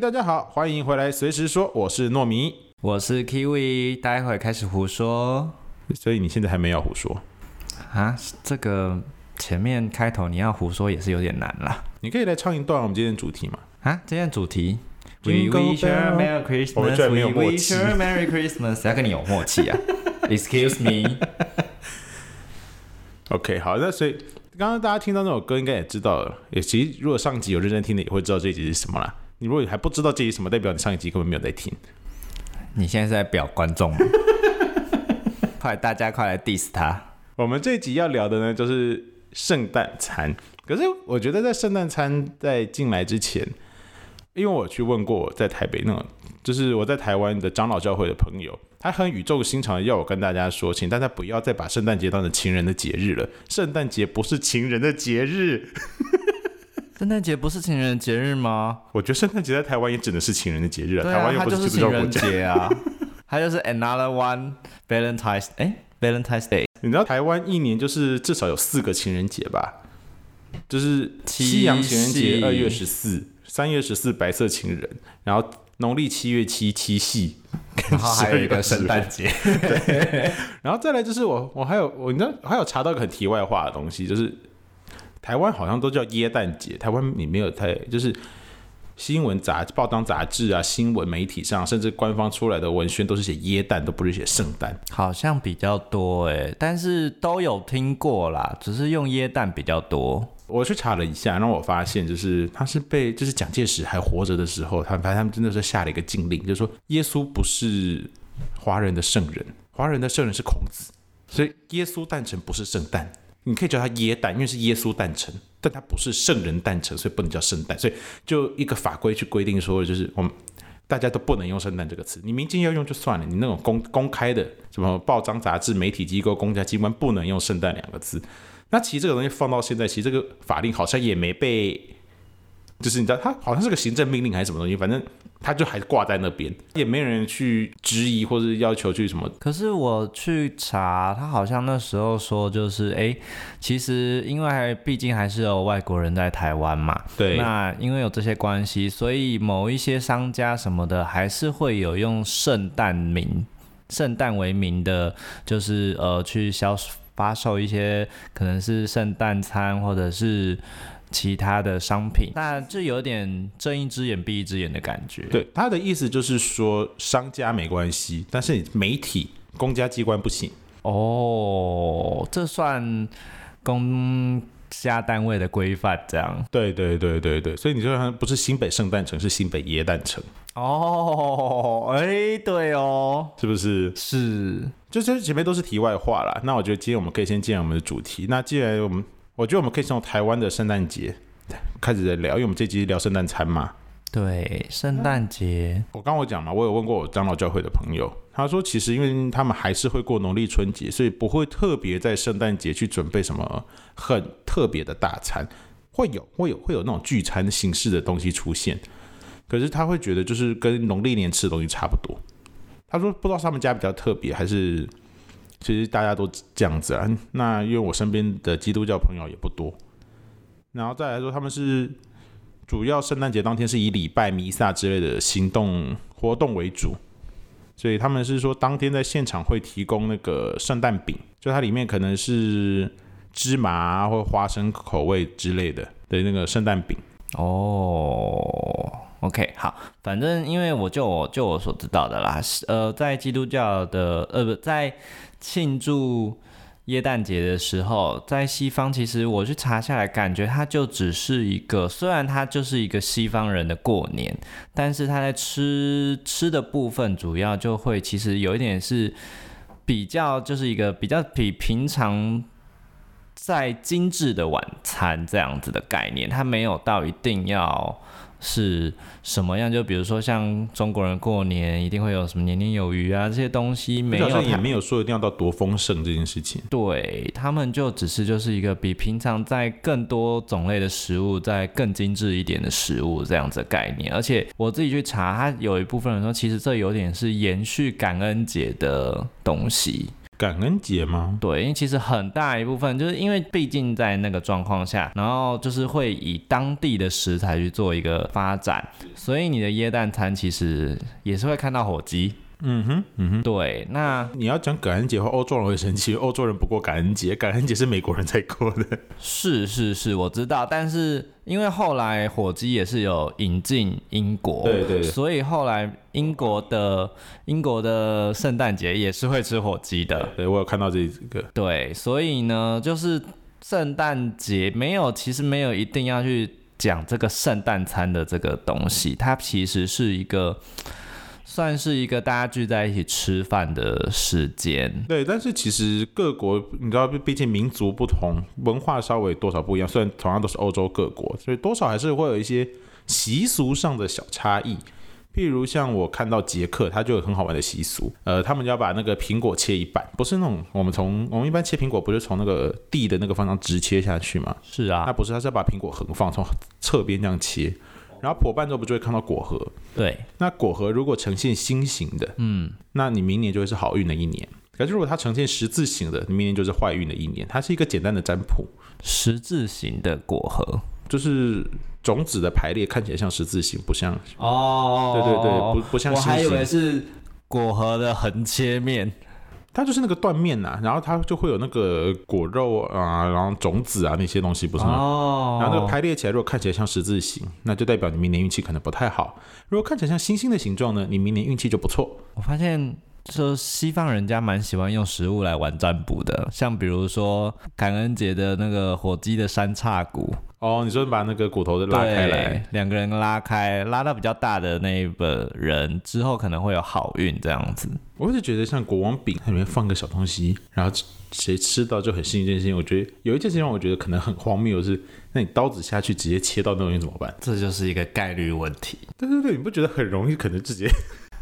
大家好，欢迎回来，随时说，我是糯米。我是 Kiwi，待会儿开始胡说所以你现在还没有胡说，啊。这个前面开头你要胡说也是有点难啦。你可以来唱一段我们今天的主题嘛？啊。今天的主题 Jingle you bell Merry Christmas，我们居然没有 We 默 wish 契 you a Merry Christmas，谁要跟你有默契 啊？Excuse me， OK，好，那所以刚刚大家听到那首歌，应该也知道了。也其实如果上集有认真听的，也会知道这一集是什么啦。你如果还不知道这一集是什么，代表你上一集根本没有在听。你现在是在表观众吗？快，大家快来 diss 他。我们这一集要聊的呢，就是圣诞餐。可是我觉得在圣诞餐在进来之前，因为我去问过我在台北那种，就是我在台湾的长老教会的朋友，他很语重心长的要我跟大家说，请大家不要再把圣诞节当成情人的节日了。圣诞节不是情人的节日，圣诞节不是情人节日吗？我觉得圣诞节在台湾也只能是情人的节日对台啊湾，又它不就是基督情教国人家。节啊，它就是 another one Valentine's 哎 Valentine's Day 你知道台湾一年就是至少有四个情人节吧？就是七西洋情人节夕二月十四、三月十四白色情人，然后农历七月七七夕，然后还有12一月 个十五圣诞节，然后再来就是我我还有我你知道还有查到一个很题外话的东西，就是台湾好像都叫耶诞节，台湾你没有太就是。新闻杂报章杂志啊，新闻媒体上，甚至官方出来的文宣都是写耶诞，都不是写圣诞。好像比较多哎、但是都有听过啦，只是用椰蛋比较多。我去查了一下，让我发现就是他是被就是蒋介石还活着的时候，他反正他们真的是下了一个禁令，就是说耶稣不是华人的圣人，华人的圣人是孔子，所以耶稣诞辰不是圣诞，你可以叫他耶诞，因为是耶稣诞辰，但他不是圣人诞辰，所以不能叫圣诞，所以就一个法规去规定说，就是我们。大家都不能用“圣诞”这个词，你民间要用就算了，你那种公公开的什么报章、杂志、媒体机构、公家机关不能用“圣诞”两个字，那其实这个东西放到现在，其实这个法令好像也没被，就是你知道，它好像是个行政命令还是什么东西，反正它就还挂在那边，也没人去质疑或是要求去什么。可是我去查，他好像那时候说就是，哎、其实因为还毕竟还是有外国人在台湾嘛，对那因为有这些关系，所以某一些商家什么的还是会有用圣诞名、圣诞为名的，就是呃去销发售一些可能是圣诞餐或者是其他的商品，那就有点睁一只眼闭一只眼的感觉。对，他的意思就是说，商家没关系，但是媒体、公家机关不行。哦，这算公家单位的规范这样。对对对对对，所以你说它不是新北圣诞城，是新北耶诞城，哦，哎，对哦，是不是？是就这前面都是题外话啦。那我觉得今天我们可以先进入我们的主题。那既然我们，我觉得我们可以从台湾的圣诞节开始来聊，因为我们这集聊圣诞餐嘛。对，圣诞节我刚我讲嘛，我有问过我长老教会的朋友，他说其实因为他们还是会过农历春节，所以不会特别在圣诞节去准备什么很特别的大餐，会有会有会有那种聚餐形式的东西出现，可是他会觉得就是跟农历年吃的东西差不多。他说不知道是他们家比较特别，还是其实大家都这样子啊。那因为我身边的基督教朋友也不多，然后再来说他们是主要圣诞节当天是以礼拜、弥撒之类的行动活动为主，所以他们是说当天在现场会提供那个圣诞饼，就它里面可能是芝麻啊或花生口味之类的的那个圣诞饼。哦，OK，好，反正因为我就我就我所知道的啦，是呃，在基督教的呃不在庆祝耶诞节的时候，在西方其实我去查下来，感觉它就只是一个，虽然它就是一个西方人的过年，但是它在吃吃的部分主要就会其实有一点是比较就是一个比较比平常再精致的晚餐这样子的概念，它没有到一定要是什么样，就比如说像中国人过年一定会有什么年年有余啊这些东西，没有好像它也没有说一定要到多丰盛这件事情。对他们就只是就是一个比平常在更多种类的食物，在更精致一点的食物这样子的概念。而且我自己去查，它有一部分人说，其实这有点是延续感恩节的东西。感恩节吗？对，因为其实很大一部分就是因为毕竟在那个状况下，然后就是会以当地的食材去做一个发展，所以你的椰蛋餐其实也是会看到火鸡。嗯哼，嗯哼。对，那你要讲感恩节的话，欧洲人会生气，欧洲人不过感恩节，感恩节是美国人在过的。是是是，我知道，但是因为后来火鸡也是有引进英国，对对对所以后来英国的英国的圣诞节也是会吃火鸡的， 对，我有看到这个，对，所以呢，就是圣诞节没有，其实没有一定要去讲这个圣诞餐的这个东西，它其实是一个算是一个大家聚在一起吃饭的时间。对，但是其实各国你知道，毕竟民族不同，文化稍微多少不一样，虽然同样都是欧洲各国，所以多少还是会有一些习俗上的小差异。譬如像我看到捷克，它就有很好玩的习俗，呃，他们要把那个苹果切一半，不是那种我们从我们一般切苹果不是从那个地的那个方向直切下去吗？是它啊，不是，它是要把苹果横放，从侧边这样切，然后破半之后不就会看到果核？对，那果核如果呈现心形的，嗯，那你明年就会是好运的一年。可是如果它呈现十字形的，你明年就是坏运的一年。它是一个简单的占卜，十字形的果核。就是种子的排列看起来像十字形，不像。哦对对对，不不像我星还以为形，是果核的横切面。它就是那个断面呐、然后它就会有那个果肉啊，然后种子啊那些东西，不是吗？哦然后那个排列起来，如果看起来像十字形，那就代表你明年运气可能不太好；如果看起来像星星的形状呢，你明年运气就不错。我发现。说西方人家蛮喜欢用食物来玩占卜的，像比如说感恩节的那个火鸡的三叉骨哦，你说把那个骨头都拉开来，，对两个人拉开，拉到比较大的那一个人之后，可能会有好运这样子。我是觉得像国王饼它里面放个小东西，然后谁吃到就很幸运。这件事情，我觉得有一件事情让我觉得可能很荒谬的是，那你刀子下去直接切到那东西怎么办？这就是一个概率问题，对对对，你不觉得很容易可能直接？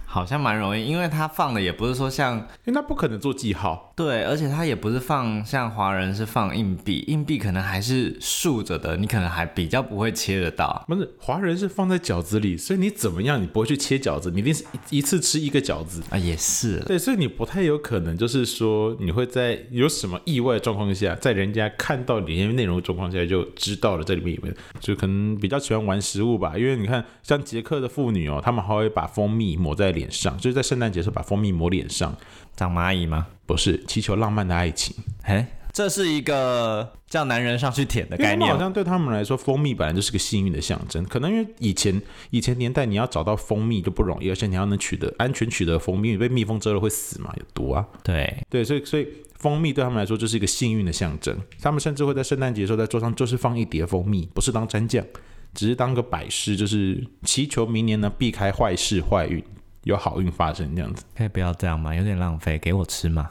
好像蛮容易，因为他放的也不是说像因为它不可能做记号。对，而且它也不是放像华人是放硬币，硬币可能还是竖着的，你可能还比较不会切得到。不是，华人是放在饺子里，所以你怎么样，你不会去切饺子，你一定是一一次吃一个饺子。啊，也是啦，对，所以你不太有可能，就是说你会在有什么意外状况下，在人家看到里面内容的状况下就知道了这里面有没有，就可能比较喜欢玩食物吧。因为你看，像捷克的妇女哦，她们还会把蜂蜜抹在脸上，就是在圣诞节的时候把蜂蜜抹脸上，长蚂蚁吗？不是祈求浪漫的爱情。哎，这是一个叫男人上去舔的因为概他们好念。像对他们来说，蜂蜜本来就是个幸运的象征。可能因为以前以前年代，你要找到蜂蜜就不容易，而且你要能取得安全取得蜂蜜，你被蜜蜂蛰了会死嘛，有毒啊。对，对，所以所以蜂蜜对他们来说就是一个幸运的象征。他们甚至会在圣诞节的时候在桌上就是放一碟蜂蜜，不是当蘸酱，只是当个摆饰，就是祈求明年呢避开坏事坏运，有好运发生这样子。可以不要这样吗？有点浪费，给我吃嘛。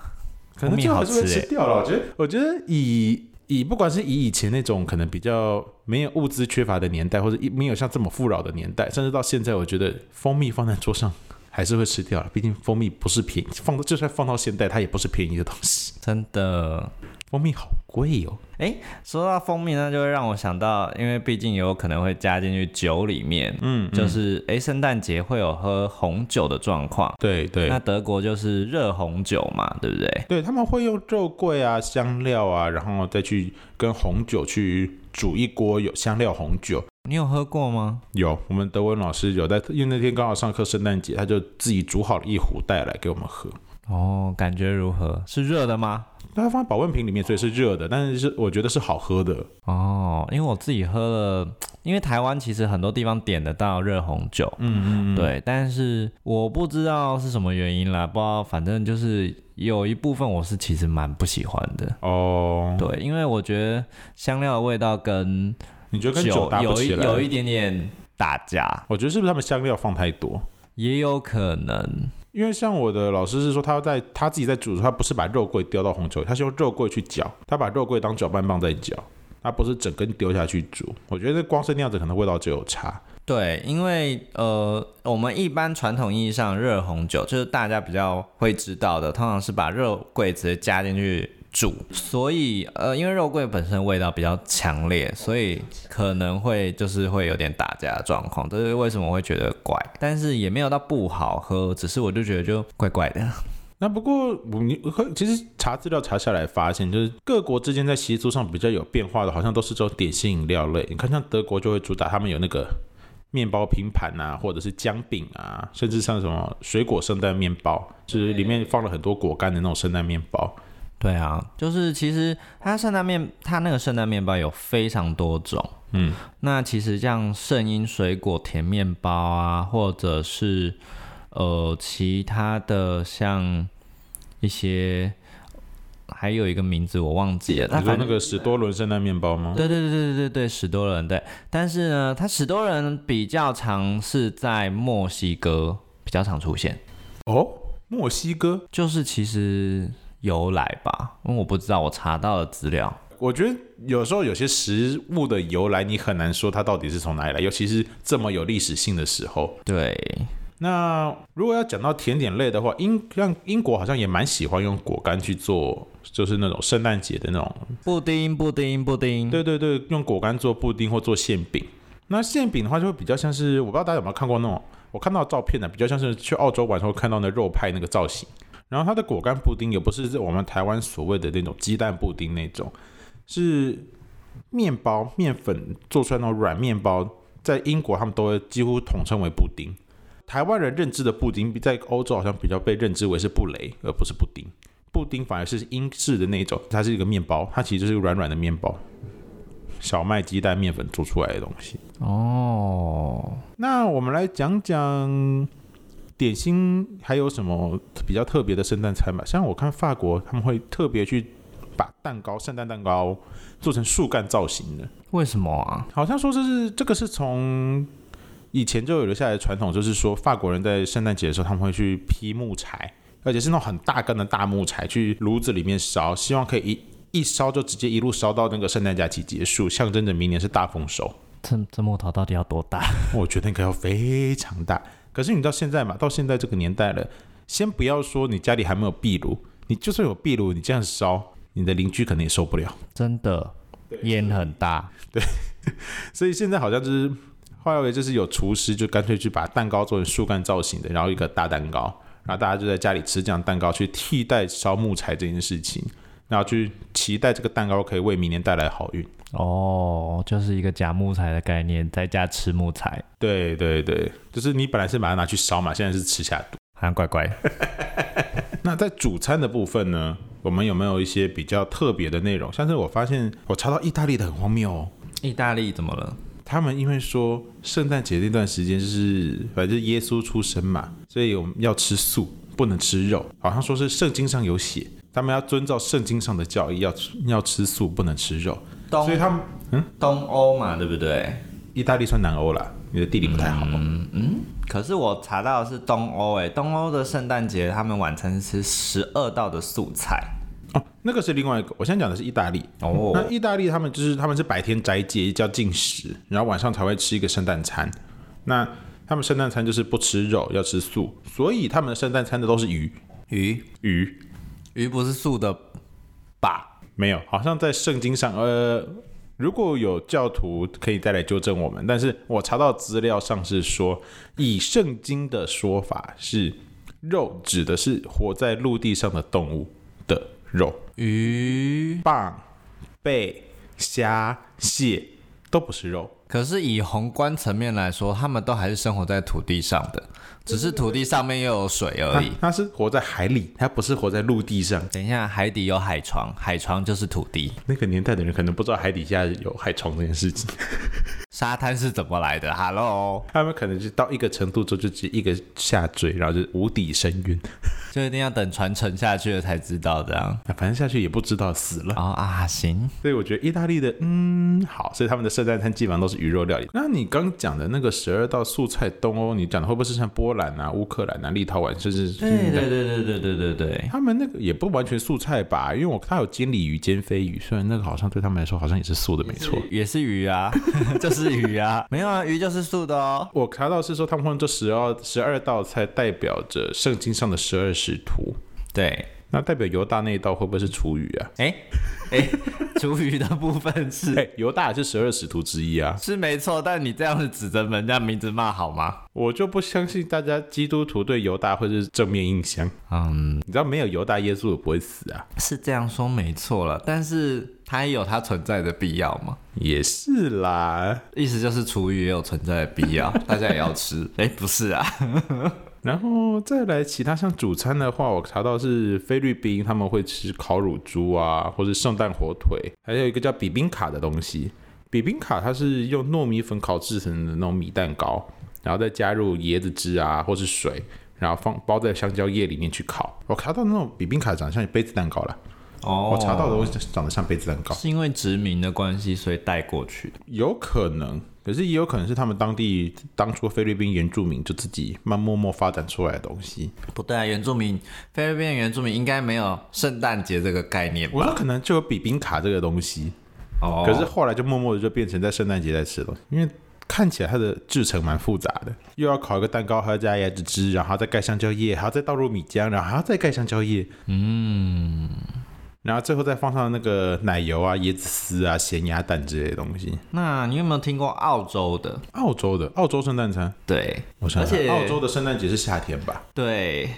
可能蜂蜜最后好还是会吃吃欸掉了。我觉得，我觉得以以不管是以以前那种可能比较没有物资缺乏的年代，或者一没有像这么富饶的年代，甚至到现在，我觉得蜂蜜放在桌上还是会吃掉了。毕竟蜂蜜不是便宜，放到就算放到现在，它也不是便宜的东西。真的，蜂蜜好贵哦。说到蜂蜜呢，就会让我想到，因为毕竟有可能会加进去酒里面，嗯，嗯就是哎，圣诞节会有喝红酒的状况。对对那德国就是热红酒嘛，对不对？对，他们会用肉桂啊、香料啊，然后再去跟红酒去煮一锅有香料红酒。你有喝过吗？有，我们德文老师有在，因为那天刚好上课圣诞节，他就自己煮好了一壶带来给我们喝。哦，感觉如何？是热的吗？那他放在保温瓶里面，所以是热的，但是是我觉得是好喝的。哦，因为我自己喝了，因为台湾其实很多地方点得到热红酒，嗯嗯，对，但是我不知道是什么原因啦，不知道，反正就是有一部分我是其实蛮不喜欢的，哦，对，因为我觉得香料的味道跟你觉得跟酒搭不有一起来？有一点点打架，我觉得是不是他们香料放太多？也有可能，因为像我的老师是说，他在他自己在煮的时候，他不是把肉桂丢到红酒里，他是用肉桂去搅，他把肉桂当搅拌棒在搅，他不是整根丢下去煮。我觉得光是那样子，可能味道就有差。对，因为呃，我们一般传统意义上热红酒，就是大家比较会知道的，通常是把肉桂直接加进去煮，所以呃，因为肉桂本身味道比较强烈，所以可能会就是会有点打架的状况，这是为什么我会觉得怪，但是也没有到不好喝，只是我就觉得就怪怪的。那不过我你可其实查资料查下来发现，就是各国之间在习俗上比较有变化的，好像都是这种点心饮料类。你看，像德国就会主打他们有那个面包拼盘啊，或者是姜饼啊，甚至像什么水果圣诞面包，就是里面放了很多果干的那种圣诞面包。对啊，就是其实它圣诞面，它那个圣诞面包有非常多种。嗯，那其实像圣婴水果甜面包啊，或者是呃其他的像一些，还有一个名字我忘记了。它你说反那正个史多伦圣诞面包吗？对对对对对对，史多伦对，但是呢，它史多伦比较常是在墨西哥比较常出现。哦，墨西哥，就是其实由来吧，因为我不知道，我查到的资料。我觉得有时候有些食物的由来，你很难说它到底是从哪里来，尤其是这么有历史性的时候。对，那如果要讲到甜点类的话，英像英国好像也蛮喜欢用果干去做，就是那种圣诞节的那种，布丁，布丁，布丁。对对对，用果干做布丁或做馅饼。那馅饼的话，就会比较像是我不知道大家有没有看过那种，我看到的照片啊呢，比较像是去澳洲玩时候看到的肉派那个造型。然后它的果干布丁也不是我们台湾所谓的那种鸡蛋布丁那种，是面包面粉做出来那种软面包，在英国他们都会几乎统称为布丁。台湾人认知的布丁，在欧洲好像比较被认知为是布雷，而不是布丁。布丁反而是英式的那一种，它是一个面包，它其实就是一个软软的面包，小麦、鸡蛋、面粉做出来的东西。哦，那我们来讲讲点心还有什么比较特别的圣诞餐吧。像我看法国，他们会特别去把蛋糕、圣诞蛋糕做成树干造型的，为什么啊？好像说这是这个是从以前就有留下来的传统，就是说法国人在圣诞节的时候，他们会去劈木柴，而且是那种很大根的大木柴，去炉子里面烧，希望可以一一烧就直接一路烧到那个圣诞假期结束，象征着明年是大丰收。这这木头到底要多大？我觉得应该要非常大。可是你到现在嘛，到现在这个年代了，先不要说你家里还没有壁炉，你就算有壁炉，你这样烧，你的邻居可能也受不了。 真的，烟很大。所以现在好像就是后来就是有厨师就干脆去把蛋糕做成树干造型的，然后一个大蛋糕，然后大家就在家里吃这样蛋糕去替代烧木材这件事情，然后去期待这个蛋糕可以为明年带来好运。哦，就是一个假木材的概念，在家吃木材，对对对，就是你本来是把它拿去烧嘛，现在是吃下肚。好啊像怪怪。那在主餐的部分呢，我们有没有一些比较特别的内容？像是我发现我查到意大利的很荒谬哦， 意大利怎么了？他们因为说圣诞节那段时间就是反正耶稣出生嘛，所以我们要吃素，不能吃肉，好像说是圣经上有写，他们要遵照圣经上的教义，要吃要吃素，不能吃肉，东所以他们东欧嘛，对不对？意大利算南欧啦，你的地理不太好。可是我查到的是东欧，哎，东欧的圣诞节他们晚餐是十二道的素菜。哦，那个是另外一个，我现在讲的是意大利。哦那意大利他们就是他们是白天斋戒，叫禁食，然后晚上才会吃一个圣诞餐。那他们圣诞餐就是不吃肉，要吃素，所以他们的圣诞餐的都是鱼。鱼鱼鱼不是素的吧？没有，好像在圣经上，呃，如果有教徒可以再来纠正我们，但是我查到资料上是说，以圣经的说法是，肉指的是活在陆地上的动物的肉。鱼蚌、贝、虾、蟹都不是肉。可是以宏观层面来说，他们都还是生活在土地上的，只是土地上面又有水而已。它它是活在海里，它不是活在陆地上。等一下，海底有海床，海床就是土地。那个年代的人可能不知道海底下有海床这件事情，沙滩是怎么来的？Hello，他们可能就到一个程度之后就直接一个下坠，然后就无底深渊。就一定要等船沉下去了才知道这样。反正下去也不知道死了。哦啊，行，所以我觉得意大利的嗯好，所以他们的圣诞餐基本上都是鱼肉料理。那你刚讲的那个十二道素菜，东欧你讲的会不会是像波兰啊、乌克兰啊、立陶宛，甚至对对对对对对对对，他们那个也不完全素菜吧，因为我他有煎鲤鱼、煎飞鱼，虽然那个好像对他们来说好像也是素的，没错。也是鱼 啊，就是鱼啊，没有啊，鱼就是素的哦。我查到是说他们这十二十二道菜代表着圣经上的十二使徒，对，那代表犹大那一道会不会是厨余啊？哎哎，厨余的部分 是、哎，犹大也是十二使徒之一啊。是没错，但你这样子指着人家名字骂好吗？我就不相信大家基督徒对犹大会是正面印象。嗯，你知道没有犹大，耶稣也不会死啊。是这样说没错了，但是它也有它存在的必要吗？也是啦。意思就是厨余也有存在的必 要，大家也要吃。哎、不是啊，然后再来其他像主餐的话，我查到是菲律宾他们会吃烤乳猪啊，或是圣诞火腿，还有一个叫比宾卡的东西。比宾卡它是用糯米粉烤制成的那种米蛋糕，然后再加入椰子汁啊或是水，然后放包在香蕉叶里面去烤。我查到那种比宾卡长得像杯子蛋糕啦，哦我查到的东西长得像杯子蛋糕，是因为殖民的关系，所以带过去的。有可能，可是也有可能是他们当地当初菲律宾原住民就自己慢默默发展出来的东西。不对啊，原住民菲律宾的原住民应该没有圣诞节这个概念吧？我说可能就有比宾卡这个东西，哦可是后来就默默的就变成在圣诞节在吃了，因为看起来它的制成蛮复杂的，又要烤一个蛋糕，还要加椰子汁，然后再盖香蕉叶，还要再倒入米浆，然后还要再盖香蕉叶，嗯，然后最后再放上那个奶油啊、椰子丝啊、咸鸭蛋之类的东西。那你有没有听过澳洲的？澳洲的澳洲圣诞餐，对，我想而想且澳洲的圣诞节是夏天吧？对，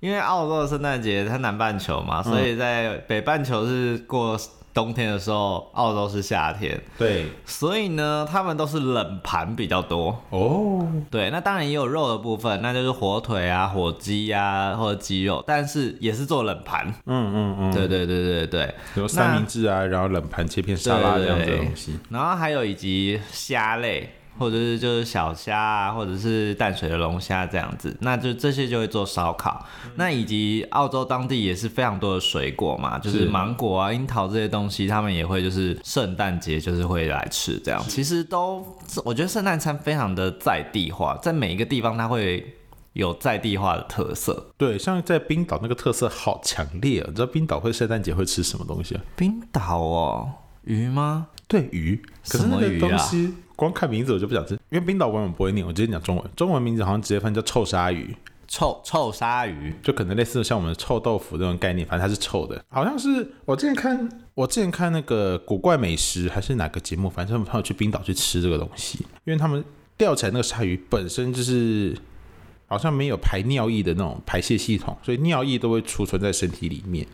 因为澳洲的圣诞节它南半球嘛，所以在北半球是过冬天的时候，澳洲是夏天，对，所以呢，他们都是冷盘比较多。哦，对，那当然也有肉的部分，那就是火腿啊、火鸡啊或者鸡肉，但是也是做冷盘。嗯嗯嗯，对对对对对。有三明治啊，然后冷盘切片沙拉这样子的东西。然后还有以及虾类，或者是就是小虾啊，或者是淡水的龙虾这样子，那就这些就会做烧烤。那以及澳洲当地也是非常多的水果嘛，就是是芒果啊、樱桃这些东西，他们也会就是圣诞节就是会来吃这样。其实都，我觉得圣诞餐非常的在地化，在每一个地方它会有在地化的特色。对，像在冰岛那个特色好强烈、哦，你知道冰岛会圣诞节会吃什么东西、啊？冰岛哦，鱼吗？对鱼，可是那什么个鱼东啊西、光看名字我就不想吃，因为冰岛文我不会念，我直接讲中文，中文名字好像直接翻叫臭鲨鱼，臭臭鲨鱼，就可能类似像我们的臭豆腐那种概念，反正它是臭的，好像是我之前看。我之前看那个古怪美食还是哪个节目，反正他们他有去冰岛去吃这个东西，因为他们钓起来那个鲨鱼本身就是好像没有排尿液的那种排泄系统，所以尿液都会储存在身体里面，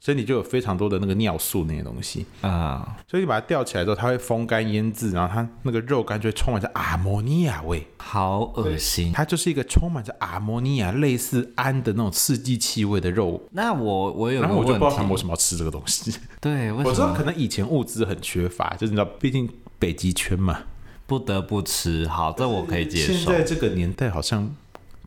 身体就有非常多的那个尿素那些东西。啊、所以你把它吊起来之后，它会风干腌制，然后它那个肉干就会充满着阿摩尼亚味，好恶心。它就是一个充满着阿摩尼亚类似氨的那种刺激气味的肉。那我我有然个后我就问不知道他们为题，什么要吃这个东西。对，为我知什道么可能以前物资很缺乏，就是你知道，毕竟北极圈嘛。不得不吃？好，这我可以接现受。在这个年代好像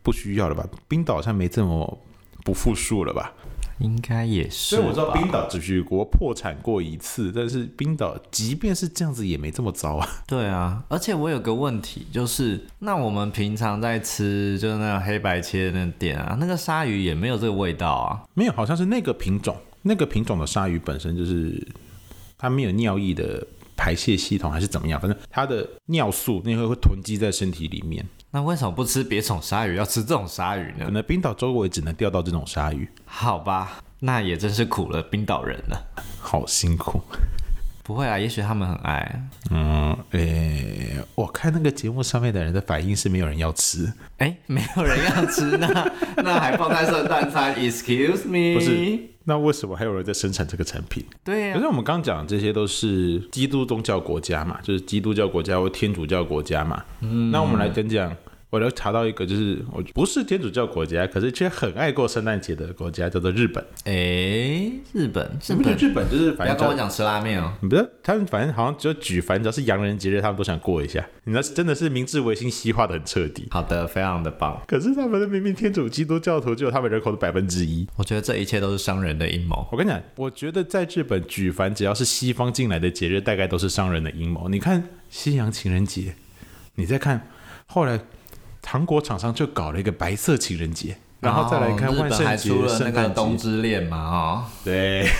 不需要了吧？冰岛好像没这么不复数了吧？应该也是虽吧，然我知道冰岛只举国破产过一次，但是冰岛即便是这样子也没这么糟啊。 对啊，而且我有个问题，就是那我们平常在吃就是那种黑白切的那店啊，那个鲨鱼也没有这个味道啊。没有，好像是那个品种，那个品种的鲨鱼本身就是它没有尿液的排泄系统，还是怎么样？反正它的尿素那个会囤积在身体里面。那为什么不吃别种鲨鱼，要吃这种鲨鱼可呢？能冰岛周围只能钓到这种鲨鱼，好吧，那也真是苦了冰岛人了。好辛苦。不会啊，也许他们很爱。嗯，诶、我看那个节目上面的人的反应是没有人要吃，哎，没有人要吃，那那还放在圣诞餐？Excuse 不 me？是，那为什么还有人在生产这个产品？对呀、啊可是我们刚讲这些都是基督宗教国家嘛，就是基督教国家或天主教国家嘛。嗯，那我们来讲讲，我来查到一个，就是我不是天主教国家，可是却很爱过圣诞节的国家，叫做日本。哎、日本，你日不觉本得日本就是不反要正跟我只要讲吃拉面哦。不是他们反正好像只有举凡只要是洋人节日，他们都想过一下。你那真的是明治维新西化的很彻底。好的，非常的棒。 可是他们明明天主基督教徒就有他们人口的百分之一。我觉得这一切都是商人的阴谋。我跟你讲，我觉得在日本，举凡只要是西方进来的节日，大概都是商人的阴谋。你看西洋情人节，你再看后来韩国厂商就搞了一个白色情人节，哦然后再来看哦日万本还圣节出、了那圣个诞冬节，之恋嘛，哦，对。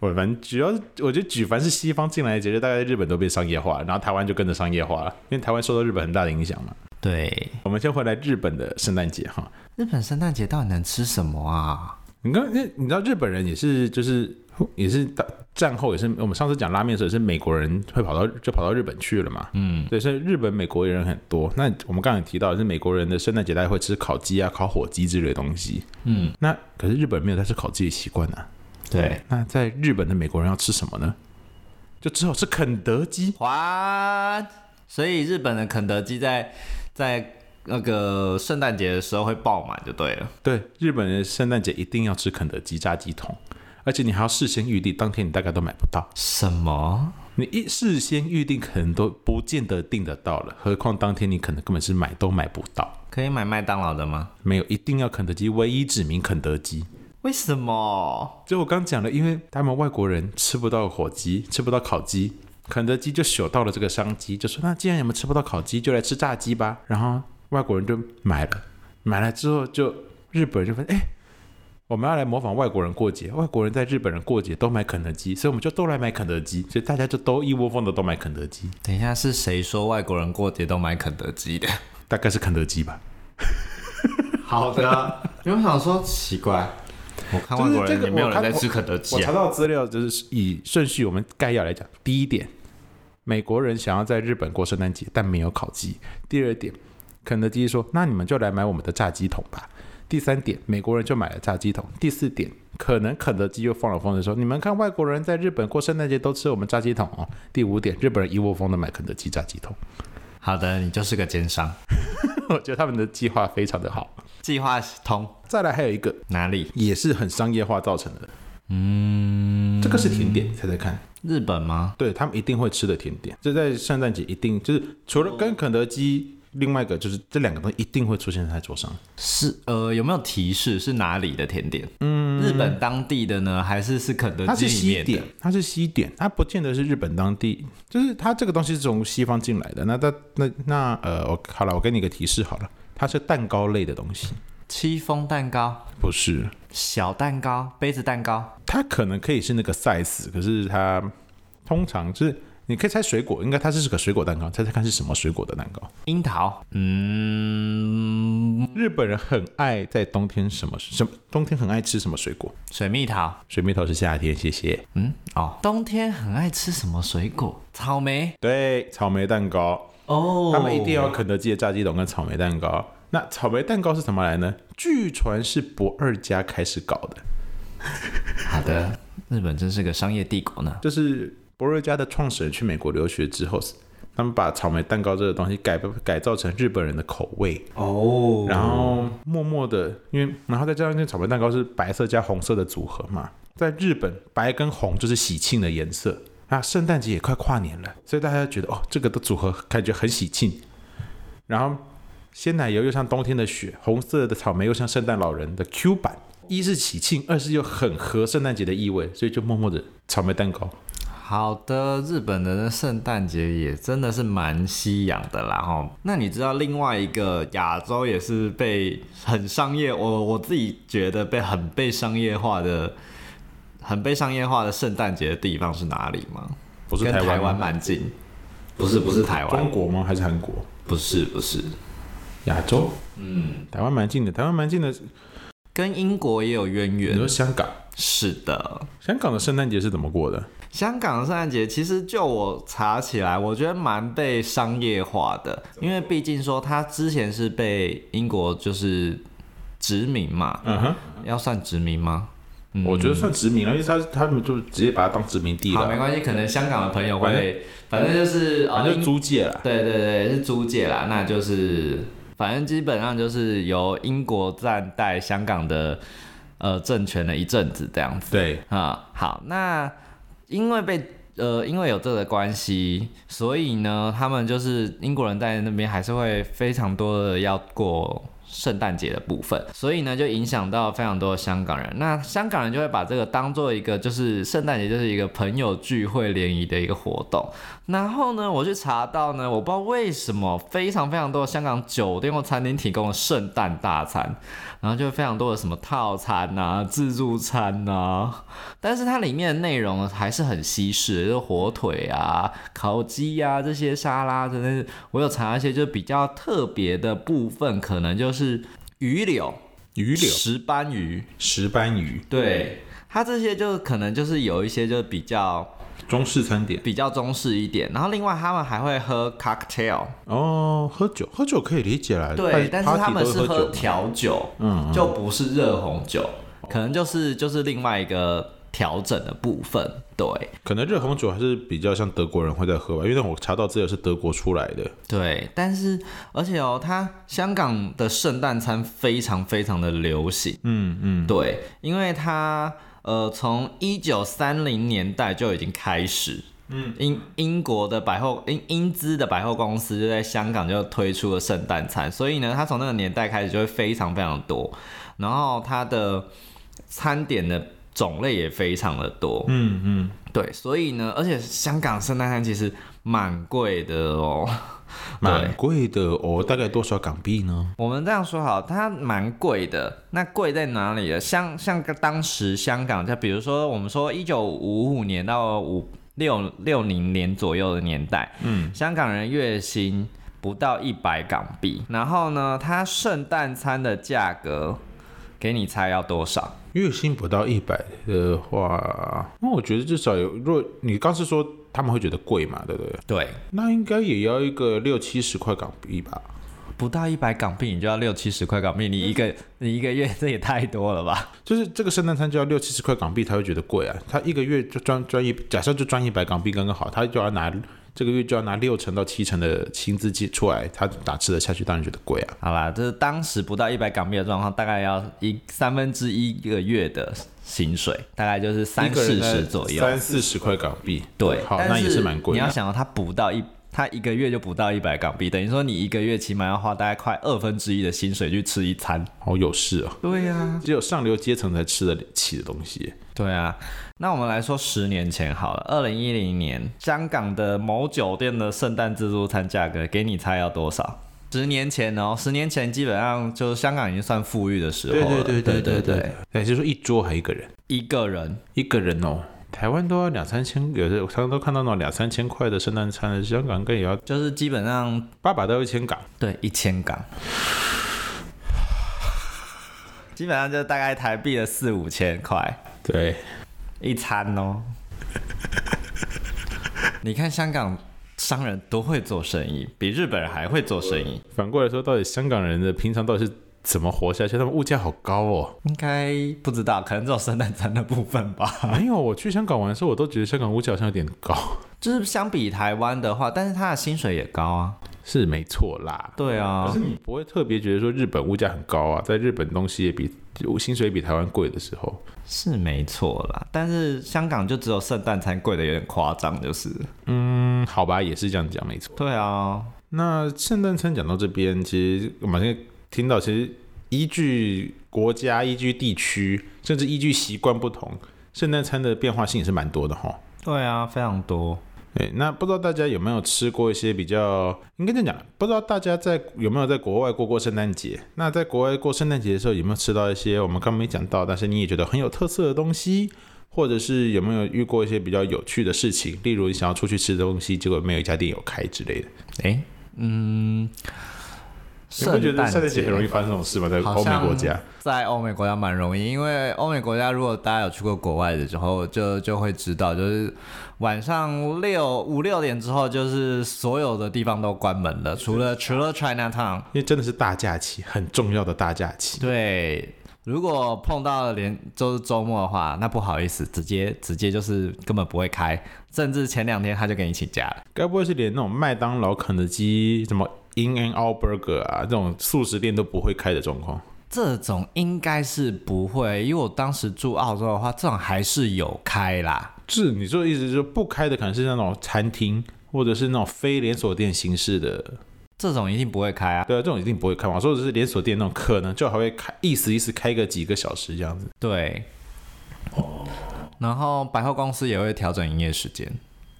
我反正只要我觉得举凡是西方进来的节日，大概日本都被商业化，然后台湾就跟着商业化了，因为台湾受到日本很大的影响嘛。对，我们先回来日本的圣诞节哈，日本圣诞节到底能吃什么啊？你看，那你知道日本人也是，就是也是到战后也是，我们上次讲拉面的时候也是美国人会跑到就跑到日本去了嘛。嗯，对，所以日本美国人很多。那我们刚刚也提到，是美国人的圣诞节大家会吃烤鸡啊、烤火鸡之类的东西。嗯，那可是日本没有在吃烤鸡的习惯啊。对，那在日本的美国人要吃什么呢？就只有吃肯德基。哇！所以日本的肯德基在在那个圣诞节的时候会爆满就对了。对，日本人圣诞节一定要吃肯德基炸鸡桶，而且你还要事先预定，当天你大概都买不到。什么？你一事先预定，可能都不见得订得到了，何况当天你可能根本是买都买不到。可以买麦当劳的吗？没有，一定要肯德基，唯一指名肯德基。为什么？就我刚讲了，因为他们外国人吃不到火鸡，吃不到烤鸡，肯德基就嗅到了这个商机，就说那既然你们吃不到烤鸡，就来吃炸鸡吧。然后外国人就买了，买了之后就日本人就发现，哎，我们要来模仿外国人过节，外国人在日本人过节都买肯德基，所以我们就都来买肯德基，所以大家就都一窝蜂的都买肯德基，等一下是谁说外国人过节都买肯德基的？大概是肯德基吧。好的， 因为我想说奇怪，我看外就是国这人个也没有我人看在吃肯德基我查啊。到资料，就是以顺序我们概要来讲。第一点，美国人想要在日本过圣诞节，但没有烤鸡。第二点，肯德基说：“那你们就来买我们的炸鸡桶吧。”第三点，美国人就买了炸鸡桶。第四点，可能肯德基又放了风筝说：“你们看，外国人在日本过圣诞节都吃我们炸鸡桶哦。”第五点，日本人一窝蜂的买肯德基炸鸡桶。 好的，你就是个奸商，我觉得他们的计划非常的好。计划通再来还有一个哪里？也是很商业化造成的，嗯，这个是甜点，猜猜看。日本吗？对他们一定会吃的甜点，这在圣诞节一定就是除了跟肯德基，另外一个就是这两个东西一定会出现在桌上。是呃，有没有提示是哪里的甜点？嗯，日本当地的呢，还是是肯德它基是里西面点的？，它是西点，它不见得是日本当地，就是它这个东西是从西方进来的。那它那那呃，我好了，我给你一个提示好了，它是蛋糕类的东西，戚风蛋糕、不是。小蛋糕、杯子蛋糕，它可能可以是那个 size，可是它通常就是你可以猜水果，应该它是个水果蛋糕，猜猜看是什么水果的蛋糕？樱桃。嗯，日本人很爱在冬天什么什么冬天很爱吃什么水果？水蜜桃。水蜜桃是夏天，谢谢。嗯，哦，冬天很爱吃什么水果？草莓。对，草莓蛋糕，哦他们一定要肯德基的炸鸡桶跟草莓蛋糕。那草莓蛋糕是怎么来呢？据传是不二家开始搞的，好的。日本真是个商业帝国呢。就是不二家的创始人去美国留学之后，他们把草莓蛋糕这个东西改改造成日本人的口味，哦然后默默的，因为然后再加上那草莓蛋糕是白色加红色的组合嘛，在日本白跟红就是喜庆的颜色啊，圣诞节也快跨年了，所以大家觉得哦，这个的组合感觉很喜庆。然后鲜奶油又像冬天的雪，红色的草莓又像圣诞老人的 Q 版，一是喜庆，二是又很合圣诞节的意味，所以就默默的草莓蛋糕。好的，日本人的圣诞节也真的是蛮西洋的啦吼。那你知道另外一个亚洲也是被很商业，我我自己觉得被很被商业化的、很被商业化的圣诞节的地方是哪里吗？不是跟台台湾湾吗？蛮近，不是不是台湾中，国吗？还是韩国？不是不是，亚洲？嗯，台湾蛮近的，台湾蛮近的。跟英国也有渊你说源。香港？是的，香港的圣诞节是怎么过的？香港的圣诞节，其实就我查起来，我觉得蛮被商业化的，因为毕竟说它之前是被英国就是殖民嘛，嗯哼。要算殖民吗？嗯我觉得算殖民了，因为他他们就直接把它当殖民地好，没了，关系，可能香港的朋友会，反正就是反呃，正就英租借了。对对对，是租界啦，那就是反正基本上就是由英国暂代香港的呃政权了一阵子这样子。对，啊、好，那因为被呃，因为有这个关系，所以呢，他们就是英国人在那边还是会非常多的要过圣诞节的部分，所以呢，就影响到非常多的香港人。那香港人就会把这个当做一个，就是圣诞节就是一个朋友聚会联谊的一个活动。然后呢，我去查到呢，我不知道为什么非常非常多的香港酒店或餐厅提供了圣诞大餐，然后就非常多的什么套餐呐、自助餐呐、啊但是它里面的内容还是很西式的，就是火腿啊、烤鸡啊这些沙拉，真的是我有查一些就比较特别的部分，可能就是鱼柳、鱼柳、石斑鱼，石斑鱼，对它这些就可能就是有一些就比较中式餐点。比较中式一点，然后另外他们还会喝 cocktail，哦，喝酒，喝酒可以理解啦。对，但办是他嗯 party 们都是会喝喝酒嘛，调酒，嗯，哦就不是热红酒，可能就是就是另外一个调整的部分，对。可能热红酒还是比较像德国人会在喝吧，因为我查到资料是德国出来的。对，但是而且哦，它香港的圣诞餐非常非常的流行，嗯嗯，对，因为它呃从一九三零年代就已经开始，嗯，英英国的百货英英资的百货公司就在香港就推出了圣诞餐，所以呢，它从那个年代开始就会非常非常多，然后它的餐点的种类也非常的多，嗯嗯，对，所以呢，而且香港圣诞餐其实蛮贵的哦。蛮贵的哦，大概多少港币呢？我们这样说好，它蛮贵的。那贵在哪里呢？像像当时香港，就比如说我们说一九五五年到五六六零年左右的年代，嗯，香港人月薪不到一百港币，然后呢，它圣诞餐的价格，给你猜要多少？月薪不到一百的话，那我觉得至少有，若你刚是说他们会觉得贵嘛，对不对？对，那应该也要一个六七十块港币吧？不到一百港币，你就要六七十块港币，你一个你一个月，这也太多了吧？就是这个圣诞餐就要六七十块港币，他会觉得贵啊。他一个月就赚赚一，假设就赚一百港币刚刚好，他就要拿这个月就要拿六成到七成的薪资寄出来，他哪吃得下去？当然觉得贵啊。好啦，这是当时不到一百港币的状况，大概要一三分之一个月的薪水，大概就是三四十左右。三四十块港币，对，好，但那也是蛮贵你要的。想到他不到一，他一个月就不到一百港币，等于说你一个月起码要花大概快二分之一的薪水去吃一餐。好有事啊，对呀、只有上流阶层才吃得起的东西。对啊，那我们来说十年前好了，二零一零年香港的某酒店的圣诞自助餐价格，给你猜要多少？十年前哦，十年前基本上就是香港已经算富裕的时候了，对对，也就是说一桌还一个人，一个人一个人哦。台湾都要两三千，有的我常常都看到那种两三千块的圣诞餐了，香港应该也要就是基本上八百到一千港。对一千港， 基本上就大概台币的四五千块对，一餐哦。 你看香港商人都会做生意，比日本人还会做生意，反过来说，到底香港人的平常到底是怎么活下去？他们物价好高 哦。应该不知道，可能只有圣诞餐的部分吧。 没有，我去香港玩的时候，我都觉得香港物价好像有点高。就是相比台湾的话，但是他的薪水也高啊。是没错啦，对可啊是，你不会特别觉得说日本物价很高啊，在日本东西也比薪水也比台湾贵的时候，是没错啦。但是香港就只有圣诞餐贵的有点夸张，就是。嗯，好吧，也是这样讲，没错。对啊，那圣诞餐讲到这边，其实我们现在听到，其实依据国家、依据地区，甚至依据习惯不同，圣诞餐的变化性也是蛮多的哈。对啊，非常多。对，那不知道大家有没有吃过一些比较，应该这样讲，不知道大家在有没有在国外过过圣诞节？那在国外过圣诞节的时候，有没有吃到一些我们刚没讲到，但是你也觉得很有特色的东西？或者是有没有遇过一些比较有趣的事情？例如你想要出去吃东西，结果没有一家店有开之类的。哎、嗯，你不觉圣得诞圣诞节节很容易发生这种事吗？在好欧美像国家，在欧美国家蛮容易，因为欧美国家如果大家有去过国外的时候，就就会知道，就是晚上六五六点之后，就是所有的地方都关门了，除了除了 China Town。因为真的是大假期，很重要的大假期。对，如果碰到连就是周末的话，那不好意思，直接直接就是根本不会开，甚至前两天他就给你请假了。该不会是连那种麦当劳、肯德基、什么 In and Out Burger 啊这种素食店都不会开的状况？这种应该是不会，因为我当时住澳洲的话，这种还是有开啦。是你说的意思，就是不开的可能是那种餐厅，或者是那种非连锁店形式的。这种一定不会开啊。对啊，这种一定不会开嘛。我说的是连锁店那种，可能就还会开，意思意思开个几个小时这样子。对，然后百货公司也会调整营业时间。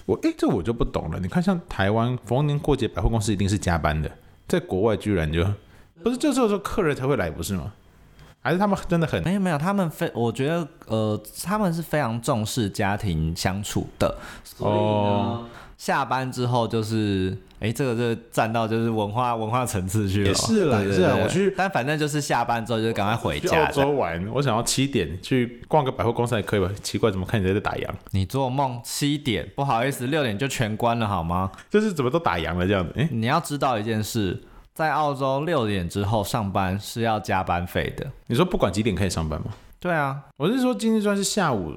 我哎、这我就不懂了。你看，像台湾逢年过节，百货公司一定是加班的，在国外居然就不是，就这时候客人才会来，不是吗？还是他们真的很没有没有，他们非我觉得呃，他们是非常重视家庭相处的，所以呢，哦下班之后就是，哎，这个就是站到就是文化文化层次去了，也是啦对也是啦对对我去但反正就是下班之后就是赶快回去澳家的。洲玩，我想要七点去逛个百货公司还可以吧？奇怪，怎么看起来在打烊？你做梦，七点不好意思，六点就全关了好吗？就是怎么都打烊了这样子？哎、你要知道一件事，在澳洲六点之后上班是要加班费的。你说不管几点可以上班吗？对啊，我是说今天算是下午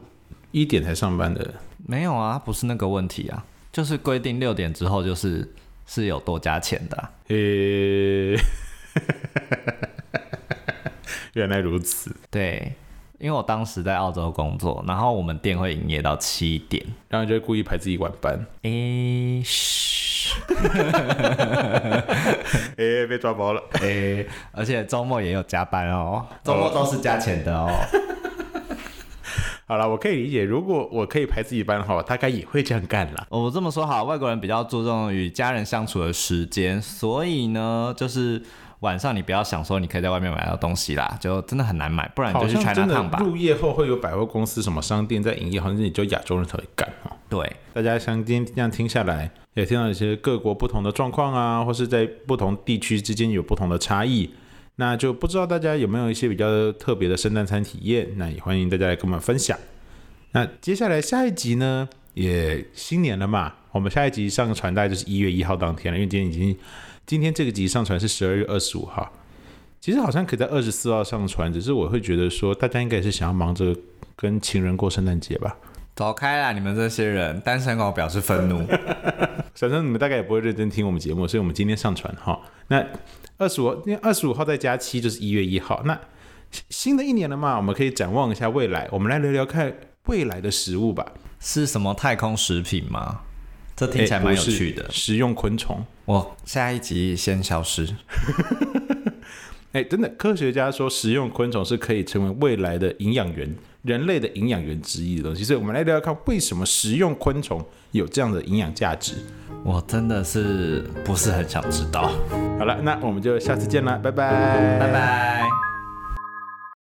一点才上班的，没有啊，不是那个问题啊，就是规定六点之后就是是有多加钱的啊、呃、 原来如此。对，因为我当时在澳洲工作，然后我们店会营业到七点。然后你就会故意排自己晚班，诶、嘘，哎、被抓包了。诶、 而且周末也有加班哦，周末都是加钱的哦。好了，我可以理解，如果我可以排自己班的话，我大概也会这样干啦。哦我这么说好，外国人比较注重与家人相处的时间，所以呢，就是晚上你不要想说你可以在外面买到东西啦，就真的很难买，不然你好就去像真 China 的 Town 吧。入夜后会有百货公司、什么商店在营业，好像也就亚洲人才会干哦。对，大家像今天这样听下来，也听到一些各国不同的状况啊，或是在不同地区之间有不同的差异。那就不知道大家有没有一些比较特别的圣诞餐体验，那也欢迎大家来跟我们分享。那接下来下一集呢，也新年了嘛，我们下一集上传大概就是一月一号当天了，因为今天已经今天这个集上传是十二月二十五号，其实好像可以在二十四号上传，只是我会觉得说大家应该也是想要忙着跟情人过圣诞节吧。走开啦，你们这些人！单身狗表示 愤怒。反正你们大概也不会认真听我们节目，所以我们今天上传哈。那二十五，因为二十五号再加七就是一月一号。那新新的一年了嘛，我们可以展望一下未来，我们来聊聊看未来的食物吧。是什么太空食品吗？这听起来诶蛮有趣的。哎不是食用昆虫。我下一集先消失。哎，真的，科学家说食用昆虫是可以成为未来的营养源，人类的营养源之一的东西。所以，我们来聊聊看为什么食用昆虫有这样的营养价值。我真的是不是很想知道。好了，那我们就下次见啦，拜拜，拜拜。